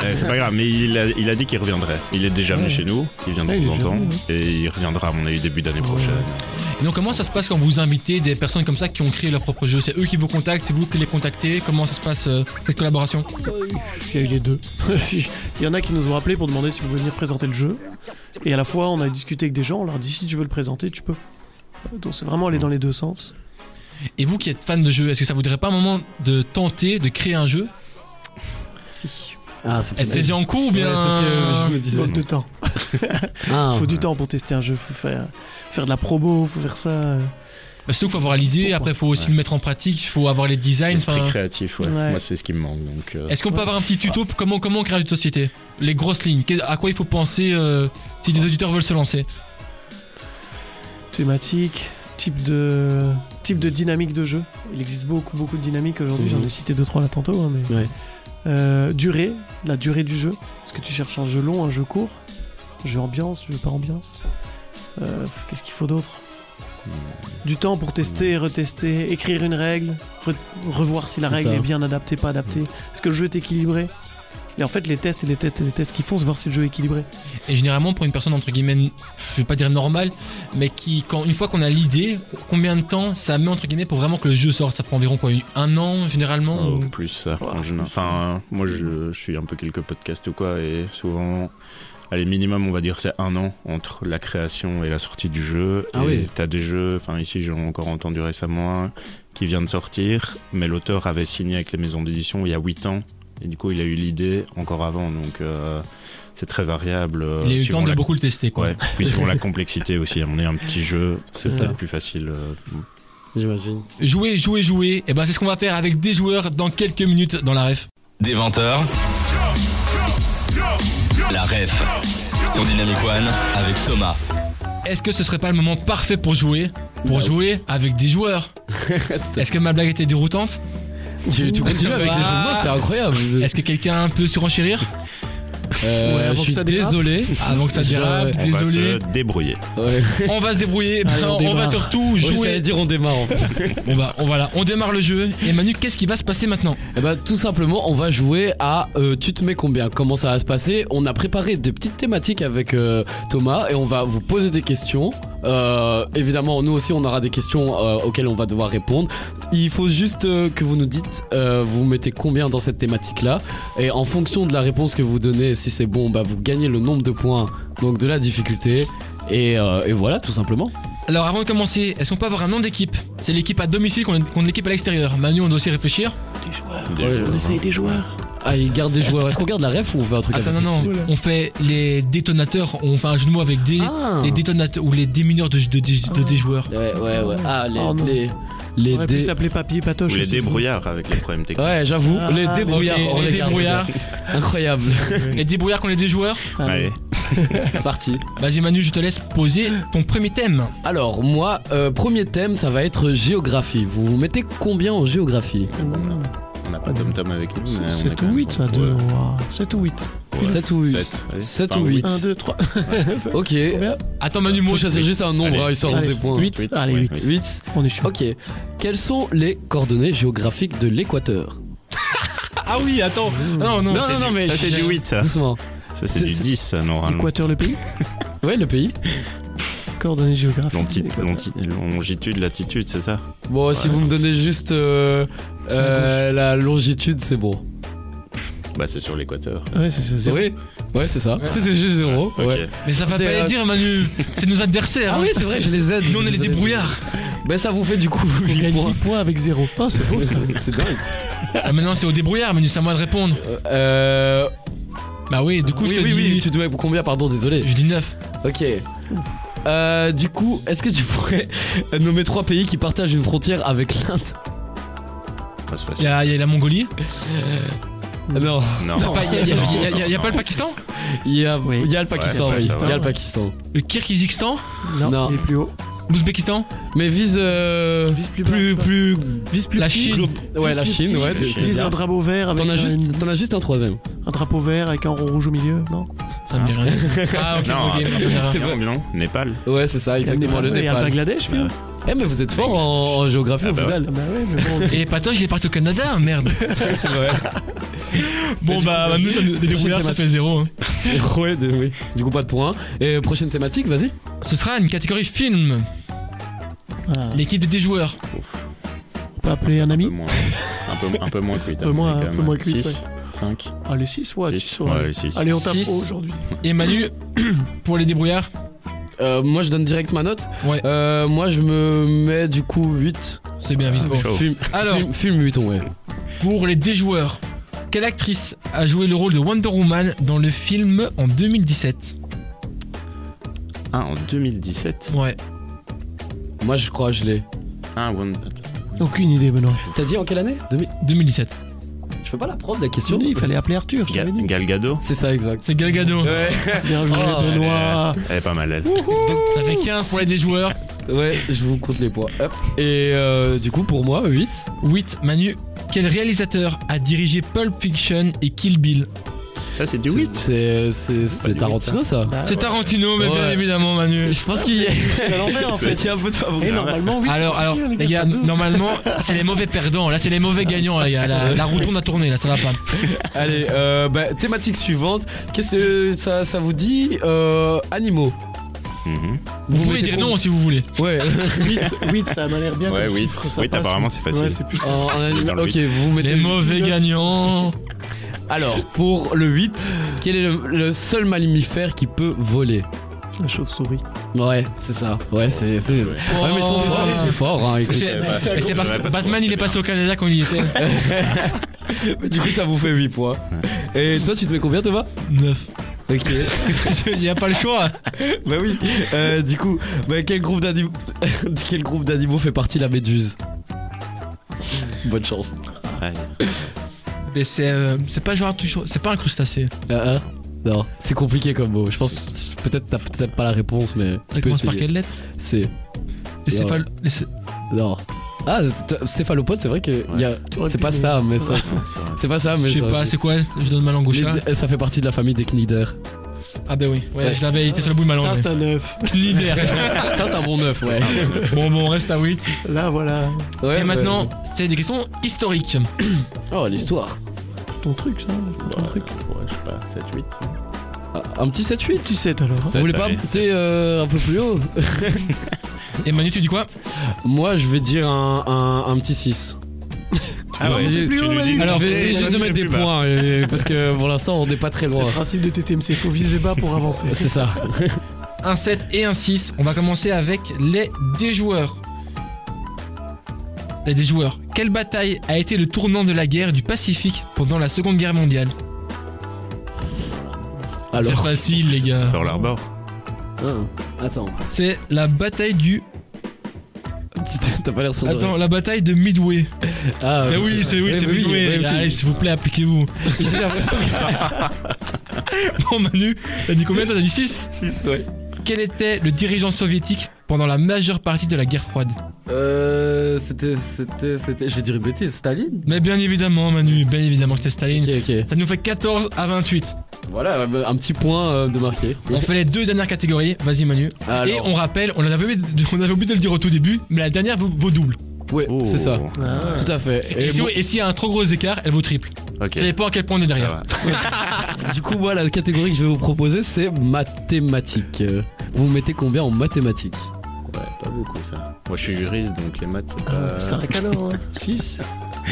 il- euh, C'est pas grave, mais il a, il a dit qu'il reviendrait. Il est déjà venu chez nous, il vient de
Ah, il
temps
est
en
déjà
temps,
venu,
et il reviendra à mon avis début d'année prochaine.
Et donc, comment ça se passe quand vous invitez des personnes comme ça qui ont créé leur propre jeu C'est eux qui vous contactent, c'est vous qui les contactez Comment ça se passe euh, cette collaboration
Il y a eu les deux. Il y en a qui nous ont appelé pour demander si vous voulez venir présenter le jeu. Et à la fois, on a discuté avec des gens, on leur a dit si tu veux le présenter, tu peux. Donc c'est vraiment aller dans les deux sens.
Et vous qui êtes fan de jeu, est-ce que ça vous dirait pas un moment de tenter de créer un jeu
Si.
Ah, c'est
Est-ce que Eh, c'est déjà en cours ou bien
Ouais, parce que je me disais.
Faut de temps.
Ah,
Faut du temps pour tester un jeu. Faut faire, faire de la promo, faut faire ça.
Bah, Surtout qu'il faut avoir l'idée, après faut aussi le mettre en pratique, il faut avoir les designs.
Esprit
enfin,
créatif, ouais.
Ouais.
Moi c'est ce qui me manque. Donc, euh,
Est-ce qu'on peut avoir un petit tuto pour comment, comment créer une société Les grosses lignes, que- à quoi il faut penser euh, si des auditeurs veulent se lancer
Thématique, type de, type de dynamique de jeu. Il existe beaucoup, beaucoup de dynamiques aujourd'hui.
Mhm.
J'en ai cité deux, trois là tantôt. hein, mais...
Ouais.
Euh, durée, la durée du jeu. Est-ce que tu cherches un jeu long, un jeu court Jeu ambiance, jeu par ambiance Euh, Qu'est-ce qu'il faut d'autre
Hmm.
Du temps pour tester, retester, écrire une règle, re- revoir si la
C'est
règle
ça. Hmm.
est bien adaptée, pas adaptée. Est-ce que le jeu est équilibré Et en fait, les tests et les tests et les tests qu'ils font, c'est voir si le jeu est équilibré.
Et généralement pour une personne entre guillemets, je vais pas dire normale, mais qui, quand, une fois qu'on a l'idée, combien de temps ça met entre guillemets pour vraiment que le jeu sorte Ça prend environ quoi Un an généralement
Oh,
ou-
plus ça.
Ouais,
en général. Enfin, euh, moi je, je suis un peu quelques podcasts ou quoi, et souvent, allez, minimum on va dire c'est un an entre la création et la sortie du jeu.
Ah
et
oui.
T'as des jeux, enfin ici j'ai encore entendu récemment un qui vient de sortir, mais l'auteur avait signé avec les maisons d'édition il y a 8 ans, et du coup il a eu l'idée encore avant, donc euh, c'est très variable. euh,
Il a eu le
suivant
temps de
la-
beaucoup le tester quoi.
Ouais, puis suivant la complexité aussi, on est un petit jeu, c'est
C'est ça.
peut-être plus facile. euh,
j'imagine.
Jouer, jouer, jouer, et ben c'est ce qu'on va faire avec des joueurs dans quelques minutes dans la ref.
Dès 20h, la ref sur Dynamic One avec Thomas.
Est-ce que ce serait pas le moment parfait pour jouer Pour jouer avec des joueurs Est-ce que ma blague était déroutante
Tu, tu continues avec les jeux de mots, c'est incroyable. Vous êtes-
Est-ce que quelqu'un peut surenchérir
Euh,
Ouais, avant
je
que
suis
ça dérape.
désolé.
Avant que ça
Je-
dérape,
On
désolé.
va se débrouiller.
Ouais.
On va se débrouiller, ben,
Allez, on
on, va
démarre.
surtout
Oui, ça
jouer.
veut dire on démarre en fait.
Bon bah on, voilà, on démarre le jeu. Et Manu, qu'est-ce qui va se passer maintenant
Eh ben, tout simplement, on va jouer à euh, tu te mets combien Comment ça va se passer On a préparé des petites thématiques avec euh, Thomas et on va vous poser des questions. Euh, évidemment, nous aussi, on aura des questions euh, auxquelles on va devoir répondre. Il faut juste euh, que vous nous dites, euh, vous mettez combien dans cette thématique-là. Et en fonction de la réponse que vous donnez, si c'est bon, bah, vous gagnez le nombre de points, donc de la difficulté. Et, euh, et voilà, tout simplement.
Alors avant de commencer, est-ce qu'on peut avoir un nom d'équipe C'est l'équipe à domicile qu'on qu'on l'équipe à l'extérieur. Manu, on doit aussi réfléchir.
Ah, il garde des joueurs. Est-ce qu'on garde la ref ou on fait un truc
Attends, non,
avec
non, on fait les détonateurs, on fait un jeu de mots avec des,
Ah.
les détonateurs ou les démineurs de, de, de- de- des joueurs.
Ouais, ouais, ouais. Ah, les.
Oh, non.
les,
On
les
aurait
dé-
pu s'appeler Papy et Patoche.
Ou les
aussi.
débrouillards avec les problèmes techniques.
Ouais, j'avoue.
Ah,
les débrouillards.
ok,
on
les
garde,
débrouillards.
gars. Incroyable.
Les débrouillards qu'on est des joueurs.
Allez.
C'est parti.
Vas-y Manu, je te laisse poser ton premier thème.
Alors, moi, euh, premier thème, ça va être géographie. Vous vous mettez combien en géographie
On n'a pas Tom Tom avec nous. mais on est
7
quand
ou
même
8, ça,
bon.
2.
Ouais.
7 ou 8.
Ouais.
7 ou 8
Sept, allez.
7
Enfin,
ou 8
1, 2, 3.
Ok.
Combien
Attends Manu,
Faut
moi
choisir juste un nombre,
Allez.
hein, histoire des points.
8.
Huit.
Allez,
Ouais,
8.
huit.
8
On est chaud.
Ok. Quelles sont les coordonnées géographiques de l'équateur
Ah oui, attends. Non, non,
non, non, mais
Ça, c'est du 8, ça.
Doucement.
Ça, c'est
C'est-
du 10, ça, normalement.
Équateur, le pays
Ouais, le pays.
Coordonnées géographiques.
Lonti- lonti- Longitude, latitude, c'est ça
Bon, si
Ouais.
vous me donnez juste euh,
C'est la
euh, la longitude, c'est bon.
Bah, c'est sur l'équateur.
Ouais, c'est ça.
Oui. Ouais, c'est ça. C'était juste zéro.
Ok.
Ouais.
Mais ça va pas
C'était, euh,
les dire Manu. C'est nos adversaires.
Ah
hein.
oui, c'est vrai, je les aide.
Nous on est les
Désolé.
débrouillards.
Ben ça vous fait du coup
On
huit
gagne
points.
8 points avec 0. Oh, c'est beau ça.
C'est dingue.
Ah, maintenant c'est aux débrouillards Manu, c'est à moi de répondre.
Euh,
Bah oui, du coup
oui,
je te
oui,
dis
oui, tu te mets combien Pardon, désolé.
je dis 9.
Ok. Euh, du coup, est-ce que tu pourrais nommer trois pays qui partagent une frontière avec l'Inde
Bah, c'est
Il y,
facile.
a il y a la Mongolie.
Non.
Non.
Pas- Il Bah, y a- il y a- il y a- il y a- il y a pas le
Non.
Pakistan
Il y a,
Oui.
il y a le Pakistan,
Ouais,
oui.
Pakistan.
Il y a le Pakistan.
Le Kirghizistan
Non,
Non.
il est plus haut.
L'Ouzbékistan
Mais vise. euh,
Vise plus bas,
plus,
quoi.
plus.
Vise plus
La
petit.
Chine.
Ouais,
Vise
la
plus
Chine,
petit.
ouais.
La
c'est
Chine.
Vise
bien.
un drapeau vert avec
T'en as,
une-
juste, t'en as juste un troisième.
un drapeau vert avec un rond rouge au milieu, non
Ça me dit rien. Ah ok,
Non,
ok.
attends.
Ah,
C'est bon, non Népal
Ouais, c'est ça, exactement. Le
Et Il y a le
Népal.
Bangladesh, finalement.
Eh, mais vous êtes fort en, en géographie
Ah
au
bah ouais.
final.
Bah ouais, mais bon.
Et Patoche, il est parti au Canada, hein, merde.
c'est vrai.
Bon,
du
bah,
coup,
nous,
vas-y.
ça, nous- les débrouillards, ça
Prochaine
fait zéro. hein.
ouais, de- oui. Du coup, pas de points. Et prochaine thématique, vas-y.
Ce sera une catégorie film.
Ah,
L'équipe des joueurs.
on peut appeler un
Un peu
ami
moins, un peu, un peu moins que 8.
Un peu
hein,
moins- un peu moins que huit,
6, 5.
Ah, les 6, ouais, tu
Six.
sauras.
Ouais, si, si.
Allez, on tape
Six.
haut aujourd'hui.
Et Manu, pour les débrouillards,
Euh, moi, je donne direct ma note.
Ouais.
Euh, moi, je me mets du coup 8.
c'est bien vite.
chaud.
Film,
Alors,
film, film 8, ouais.
pour les déjoueurs, quelle actrice a joué le rôle de Wonder Woman dans le film en 2017
Ah, en 2017.
Ouais.
Moi, je crois, je l'ai.
Ah, Wonder.
Aucune idée, Benoît.
T'as dit en quelle année 2000.
2017.
Je peux pas la prendre, la
Tu
question.
me dis, il fallait appeler Arthur, je
Ga-
t'avais dit.
Galgado
C'est ça, exact.
C'est Galgado.
Ouais,
Bien joué,
Oh,
Benoît.
Elle est pas mal, elle.
Ça fait 15 pour les déjoueurs,
ouais, je vous compte les points. Hop. Et euh, du coup, pour moi, 8.
8. Manu, quel réalisateur a dirigé Pulp Fiction et Kill Bill
Ça, c'est du
C'est-
8.
C'est c'est- c'est Tarantino, ça
Bah,
C'est Tarantino, mais bien
Ouais.
évidemment, Manu.
Je pense qu'il y a.
c'est à l'envers, en fait.
Ah, Il y a un peu de
Et
favori.
normalement, oui.
Alors, alors, les gars, normalement, c'est les mauvais perdants. Là, c'est les mauvais gagnants, les gars. La, la roue tourne à tourner, là, ça va pas.
Allez, euh, bah, thématique suivante. Qu'est-ce que ça, ça vous dit euh, Animaux.
Mhm.
Vous, pouvez
mettez
dire
combien
non si vous voulez.
Ouais.
8, 8, ça m'a l'air bien.
Ouais,
comme
huit.
chiffre, ça
Oui,
passe.
apparemment, c'est facile.
Ouais, c'est plus
En- en animaux,
dans le
ok,
huit.
vous mettez.
Les
le
mauvais
huit.
gagnants.
Alors, pour le 8, quel est le, le seul mammifère qui peut voler
la chauve-souris.
Ouais, c'est ça. Ouais, c'est. c'est- Ouais, mais ils sont forts, ils sont forts, hein, écoute.
C'est- mais c'est parce
Ouais,
que
parce que
Batman, il est
c'est
passé au Canada quand il y était.
Mais Du coup, ça vous fait 8 points. Et toi, tu te mets combien, Thomas
9.
Ok.
Il n'y a pas le choix.
bah oui. Euh, du coup, bah, quel groupe d'animaux quel groupe d'animaux fait partie la méduse Bonne chance.
Ouais.
Mais c'est euh, c'est pas genre un truc- c'est pas un crustacé.
Ah, ah. Non, c'est compliqué comme mot. Je pense peut-être t'as peut-être pas la réponse, mais
Ça
tu peux
commence par
essayer.
quelle lettre
C'est
Les céphalo- les cé-
non. Ah, t- céphalopode, c'est vrai que y a-
aurais
c'est
pu
pas
dire.
ça, mais ça,
Non, c'est vrai.
c'est pas ça, mais
Je sais
ça aurait
pas,
pu.
c'est quoi Je donne ma langue au
Les-
chat.
ça fait partie de la famille des cnidaires.
Ah, bah oui. Ouais, je l'avais, il était sur le bout de ma
Ça,
langue.
c'est un 9.
Leader.
ça c'est un bon neuf, ouais.
Bon, bon, on reste à 8.
Là, voilà.
Ouais,
Et
bah,
maintenant, c'est des questions historiques.
Oh l'histoire.
Ton truc, ça. Ton truc.
Ouais, je sais pas, 7, 8.
Ah, Un petit 7-8
Petit 7 alors. hein.
Vous voulez pas
allez,
monter
sept.
euh, un peu plus haut
Et Manu, tu dis quoi
Moi, je vais dire un, un, un petit 6.
Ah ouais,
Vas-y,
tu
plus haut,
lui dis.
vas-y.
Alors,
je
je vais
fais-
essayer
je
juste de
fais
mettre des
plus bas.
hein.
points, et- parce que pour l'instant, on n'est pas très
C'est
loin.
le principe de TTMC, faut viser bas pour avancer.
Euh,
C'est ça.
hein. Un 7 et un 6. On va commencer avec les déjoueurs. Les déjoueurs. Quelle bataille a été le tournant de la guerre du Pacifique pendant la Seconde Guerre mondiale C'est
Alors,
facile, les gars.
Pearl Harbor.
Ah, attends.
C'est la bataille du.
T'as pas l'air sûr. de-
Attends, la bataille de Midway.
Ah,
Mais Eh
euh,
oui, c'est oui,
oui,
c'est
oui,
Midway.
oui, oui.
Allez, s'il vous plaît, appliquez-vous.
j'ai l'impression que-
Bon, Manu, t'as dit combien toi T'as dit 6
Six, ouais.
Quel était le dirigeant soviétique pendant la majeure partie de la guerre froide
Euh. C'était. C'était. C'était. Je vais dire une bêtise, Staline
Mais bien évidemment, Manu, bien évidemment, c'était Staline.
Ok, ok.
Ça nous fait 14 à 28.
Voilà, un petit point euh, de marqué.
On fait les deux dernières catégories. Vas-y, Manu.
Alors.
Et on rappelle, on en avait, oublié de- on avait oublié de le dire au tout début, mais la dernière vaut, vaut double.
Ouais,
Oh.
c'est ça.
Ah.
Tout à fait.
Et,
Et
si-
moi-
et s'il y a un trop gros écart, elle vaut triple.
Ok.
Ça dépend à quel point on est
ça
derrière.
va.
du coup, moi, la catégorie que je vais vous proposer, c'est mathématiques. Euh, Vous mettez combien en mathématiques
Ouais, pas beaucoup ça. Moi je suis juriste donc les maths c'est
Euh,
Ah,
pas.
5 alors, 6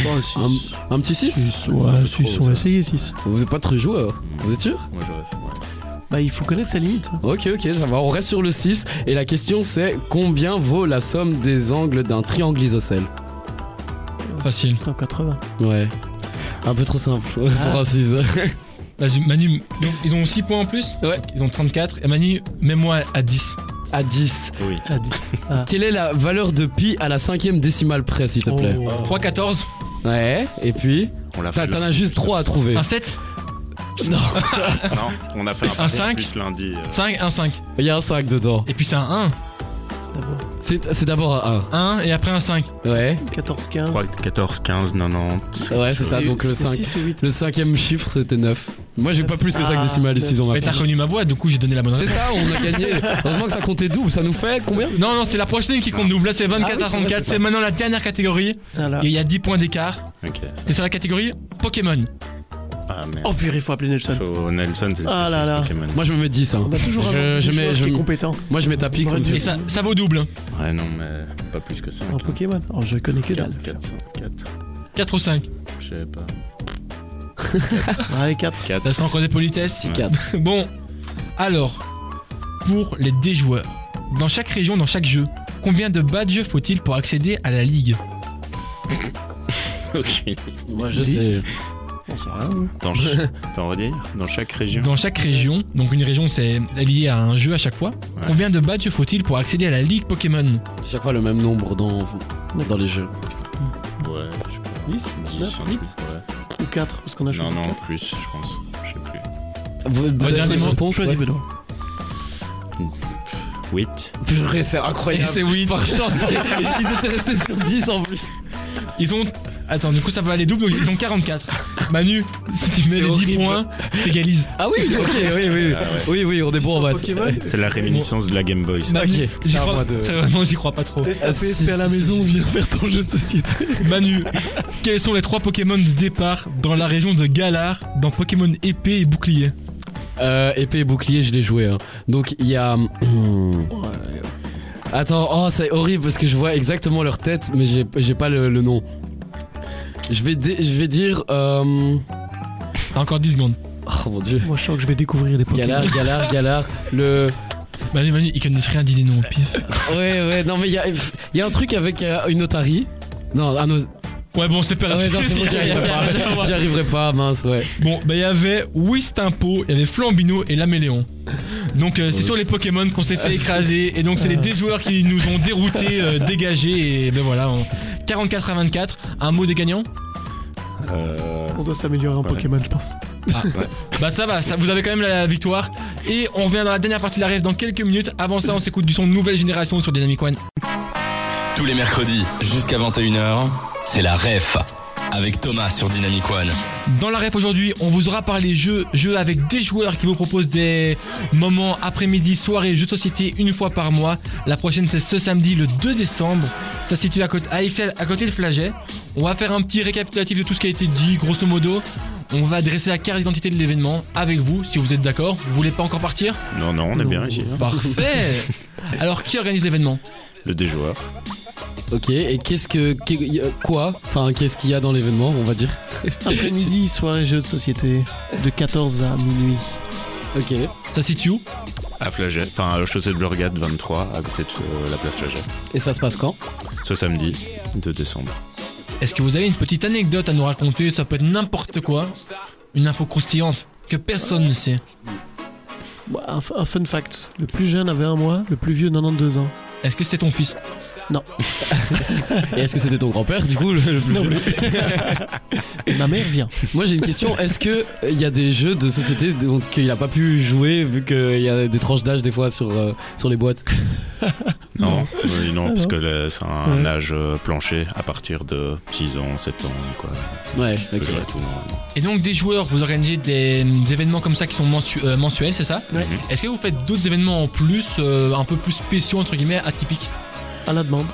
Bon, 6.
un, un petit 6
ouais, 6, on va essayer 6.
Vous êtes pas très joueur, vous êtes sûr
Moi j'aurais fait. ouais.
Bah, il faut connaître sa limite.
Ok, ok, ça va, on reste sur le 6. Et la question, c'est combien vaut la somme des angles d'un triangle isocèle
Facile.
180.
Ouais. Un peu trop simple pour un 6.
Vas-y, Manu, ils ont- ils ont 6 points en plus
Ouais.
Ils ont 34. Et Manu, mets-moi à 10.
À 10.
À 10.
Quelle est la valeur de pi à la cinquième décimale près, s'il te
Oh.
plaît
3, 14.
Ouais, et puis
On l'a
T'as-
fait.
T'en as juste 3 à trouver.
Un 7.
Non,
Non, on a fait
Un
un,
cinq.
plus lundi. euh,
5, 1, 5.
il y a un 5 dedans.
Et puis c'est un
C'est d'abord
C'est c'est d'abord un
1. 1 et après un 5.
1. Ouais,
14, 15.
3, 14, 15, 90.
ouais, c'est ça, donc le 5.
6 ou 8.
Le cinquième chiffre, c'était 9. Moi, j'ai pas plus que 5
Ah,
décimales ici dans ma
Mais t'as
fiche.
reconnu ma voix, du coup j'ai donné la bonne
C'est
réponse.
ça, on a gagné. Heureusement que ça comptait double, ça nous fait combien
Non, non, c'est la prochaine qui compte double. Là c'est 24
Ah oui,
à
c'est vrai,
34.
c'est
C'est maintenant la dernière catégorie.
Voilà.
Et il y a 10 points d'écart.
Ok.
C'est sur la catégorie Pokémon.
Ah merde.
Oh purée, il faut appeler Nelson.
Faut- Nelson, c'est le
Ah là là.
spécialiste Pokémon.
Moi, je me mets 10. Hein.
On a toujours un
Je-
bon
je
joueur
mets-
qui
je-
est compétent.
Moi, je mets tapis comme ça.
Et ça, ça vaut double. hein.
Ouais, non, mais pas plus que hein. ça.
En Pokémon. Oh, je connais que dalle.
404.
4 ou 5.
Je sais pas.
Allez, 4.
Ça
4.
sera encore des politesses.
Ouais.
Quatre.
Bon, alors, pour les déjoueurs, dans chaque région, dans chaque jeu, combien de badges faut-il pour accéder à la ligue
Ok.
Moi, je
Dix.
sais.
hein.
Dans, ch- dans, redire dans chaque région.
Dans chaque région, donc une région c'est lié à un jeu à chaque fois, combien de badges faut-il pour accéder à la ligue Pokémon
Chaque fois le même nombre dans, dans les jeux.
Ouais, je sais pas.
10
10,
9
un
8
truc, ouais.
ou 4 Parce qu'on a
Non,
choisi
non,
4.
plus, je pense. Je sais plus.
Vous vous avez
dernier
une
mot,
réponse
Choisis
ouais.
Benoît.
8.
Purée, c'est
Et euh,
incroyable.
c'est oui.
Par chance, ils étaient restés sur 10 en plus.
Ils ont. Attends, du coup ça va aller double, donc ils ont 44. Manu, si tu mets les
C'est
10
horrible.
points, t'égalises.
Ah oui, ok, oui, oui. Oui, oui, on est bon en maths.
Ah Pokémon
C'est la réminiscence de la Game Boy. ça.
Ok,
Manu,
c'est
j'y
à
crois-
moi de-
sérieusement, j'y crois pas trop.
Laisse
Ah,
ta
si,
PSP à la
si,
maison,
si.
viens faire ton jeu de société.
Manu, quels sont les trois Pokémon de départ dans la région de Galar dans Pokémon épée et bouclier
Euh, épée et bouclier, je l'ai joué. hein. Donc il y a. hmm. Attends, oh c'est horrible parce que je vois exactement leur tête, mais j'ai j'ai pas le, le nom. Je vais, dé- je vais dire. euh,
T'as encore 10 secondes.
Oh mon dieu.
Moi, je sens que je vais découvrir des Pokémon.
Galard, galard, galard. Le.
Manu, Bah, Manu, il connaît rien, dis des noms au pif.
Ouais, ouais, non mais il y a, il y a un truc avec euh, une otarie. Non, un os-
Ouais, bon, c'est
ah
perdu.
ouais, non, c'est bon, j'y arriverai pas. J'y arriverai pas, mince, ouais.
bon, bah, il y avait Wistimpo, il y avait Flambino et Laméléon. Donc, euh, c'est sur les Pokémon qu'on s'est fait écraser. Et donc,
Ah.
c'est les des joueurs qui nous ont déroutés, euh, dégagés. Et ben voilà, on- 44 à 24. Un mot des gagnants
Euh,
On doit s'améliorer en
Ouais.
Pokémon, je pense.
Bah, ça va, ça, vous avez quand même la victoire. Et on revient dans la dernière partie de la rêve dans quelques minutes. Avant ça, on s'écoute du son Nouvelle Génération sur Dynamic One.
Tous les mercredis jusqu'à 21h, c'est la ref avec Thomas sur Dynamic One.
Dans la rep aujourd'hui, on vous aura parlé jeux, jeux avec des joueurs qui vous proposent des moments après-midi, soirée, jeux de société une fois par mois. La prochaine c'est ce samedi le 2 décembre. Ça se situe à, côté, à Excel, à côté de Flaget. On va faire un petit récapitulatif de tout ce qui a été dit, grosso modo. On va dresser la carte d'identité de l'événement avec vous, si vous êtes d'accord. Vous voulez pas encore partir
Non, non, on est bien ici. hein.
Parfait Alors, qui organise l'événement
Le déjoueur.
Ok, et qu'est-ce que. qu'est- Quoi Enfin, qu'est-ce qu'il y a dans l'événement, on va dire
Après-midi, soirée jeux de société, de 14 à minuit.
Ok.
Ça se situe où
À Flaget, enfin à chaussée de Blurgade 23, à côté de euh, la place Flaget.
Et ça se passe quand
Ce samedi 2 décembre.
Est-ce que vous avez une petite anecdote à nous raconter Ça peut être n'importe quoi. Une info croustillante que personne ne sait.
Bah, un, f- un fun fact le plus jeune avait un mois, le plus vieux 92 ans.
Est-ce que c'était ton fils
Et est-ce que c'était ton grand-père, du coup, le, le plus jeune
Ma mère vient.
Moi, j'ai une question. Est-ce que il y a des jeux de société dont il a pas pu jouer, vu qu'il y a des tranches d'âge, des fois, sur, euh, sur les boîtes
Non, oui, non, parce
non. Ah
que là, c'est un
Ouais.
âge euh, plancher à partir de 6 ans, 7 ans, quoi.
Ouais,
On peut
ok.
jouer à tout normalement.
Et donc, des joueurs, vous organisez des, des événements comme ça qui sont mensu- euh, mensuels, c'est ça
Ouais.
Mhm.
Est-ce que vous faites d'autres événements en plus, euh, un peu plus spéciaux, entre guillemets, atypiques
à la demande.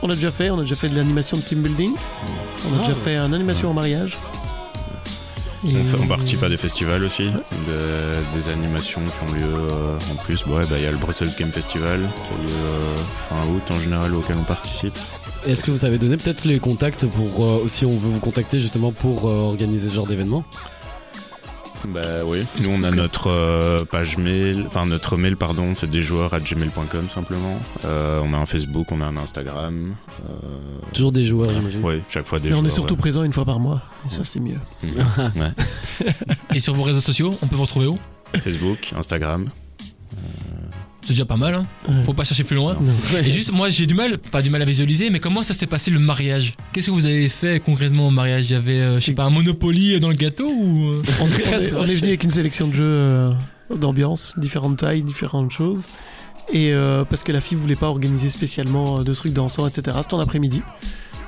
On a déjà fait, on a déjà fait de l'animation de team building. On a déjà fait une animation en mariage.
On,
Et-
fait- on participe à des festivals aussi, de- des animations qui ont lieu euh, en plus. Bon, ouais, bah, il y a le Brussels Game Festival qui a lieu euh, fin août en général auquel on participe.
Est-ce que vous avez donné peut-être les contacts pour euh, si on veut vous contacter justement pour euh, organiser ce genre d'événement
Bah oui.
Nous, on a notre euh, page mail, enfin notre mail, pardon, c'est des joueurs à gmail.com simplement. Euh, on a un Facebook, on a un Instagram. Euh,
Toujours des joueurs, j'imagine.
ouais, chaque fois des
Mais
joueurs.
on est surtout
ouais.
présent une fois par mois. Et ça, c'est mieux.
Et sur vos réseaux sociaux, on peut vous retrouver où
euh, Facebook, Instagram.
C'est déjà pas mal, hein Faut pas chercher plus loin.
Non.
Et juste, moi j'ai du mal, pas du mal à visualiser, mais comment ça s'est passé le mariage Qu'est-ce que vous avez fait concrètement au mariage Il y avait, euh, je sais pas, un Monopoly dans le gâteau ou euh,
On, on est, on est venu avec une sélection de jeux euh, d'ambiance, différentes tailles, différentes choses. Et euh, parce que la fille voulait pas organiser spécialement euh, de trucs dansants, etc. C'était en après-midi.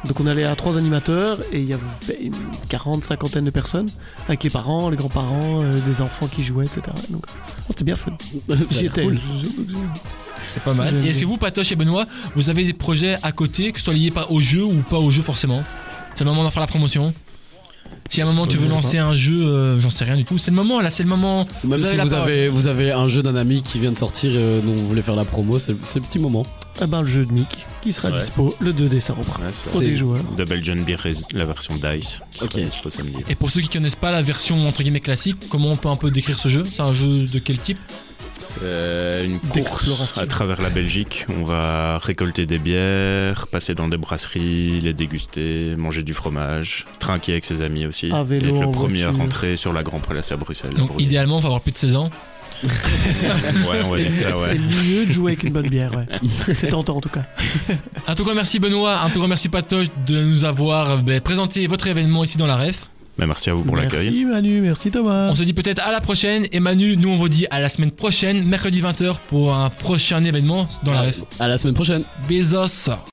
Donc on allait à trois animateurs et il y avait une quarante, cinquantaine de personnes avec les parents, les grands-parents, euh, des enfants qui jouaient, etc. Donc oh, c'était bien fun. J'y étais.
C'est pas mal. Et est-ce que vous, Patoche et Benoît, vous avez des projets à côté, que ce soit liés pas au jeu ou pas au jeu forcément C'est le moment d'en faire la promotion si à un moment tu veux lancer un jeu, euh, j'en sais rien du tout, c'est le moment, là c'est le moment.
Même
Vous
si
avez la
vous
parole.
avez, vous avez un jeu d'un ami qui vient de sortir euh, dont vous voulez faire la promo, c'est c'est le petit moment.
Ah ben le jeu de Mick qui sera
Ouais.
dispo le 2 décembre
Ouais, c'est
pour
C'est-
des joueurs.
De Belgian Beer, Res- la version Dice. Qui
Ok.
sera dispo samedi.
Et pour ceux qui connaissent pas la version entre guillemets classique, comment on peut un peu décrire ce jeu C'est un jeu de quel type
C'est Euh, une course
D'exploration.
à travers la Belgique. On va récolter des bières, passer dans des brasseries, les déguster, manger du fromage, trinquer avec ses amis aussi.
À vélo,
et être
en
le premier à
voiture.
rentrer sur la Grand Place à Bruxelles.
Donc
Pour-
idéalement, faut avoir plus de 16 ans.
Ouais, on va dire ça,
C'est
ouais.
mieux de jouer avec une bonne bière. Ouais. c'est tentant en tout cas.
Un tout grand merci Benoît, un tout grand merci Patoche de nous avoir euh, ben, présenté votre événement ici dans la ref.
Mais merci à vous pour l'accueil.
merci Manu, merci Thomas.
On se dit peut-être à la prochaine et Manu, nous on vous dit à la semaine
Euh, Ah.
prochaine, mercredi 20h pour un prochain événement dans la ref.
À la semaine prochaine.
Bezos.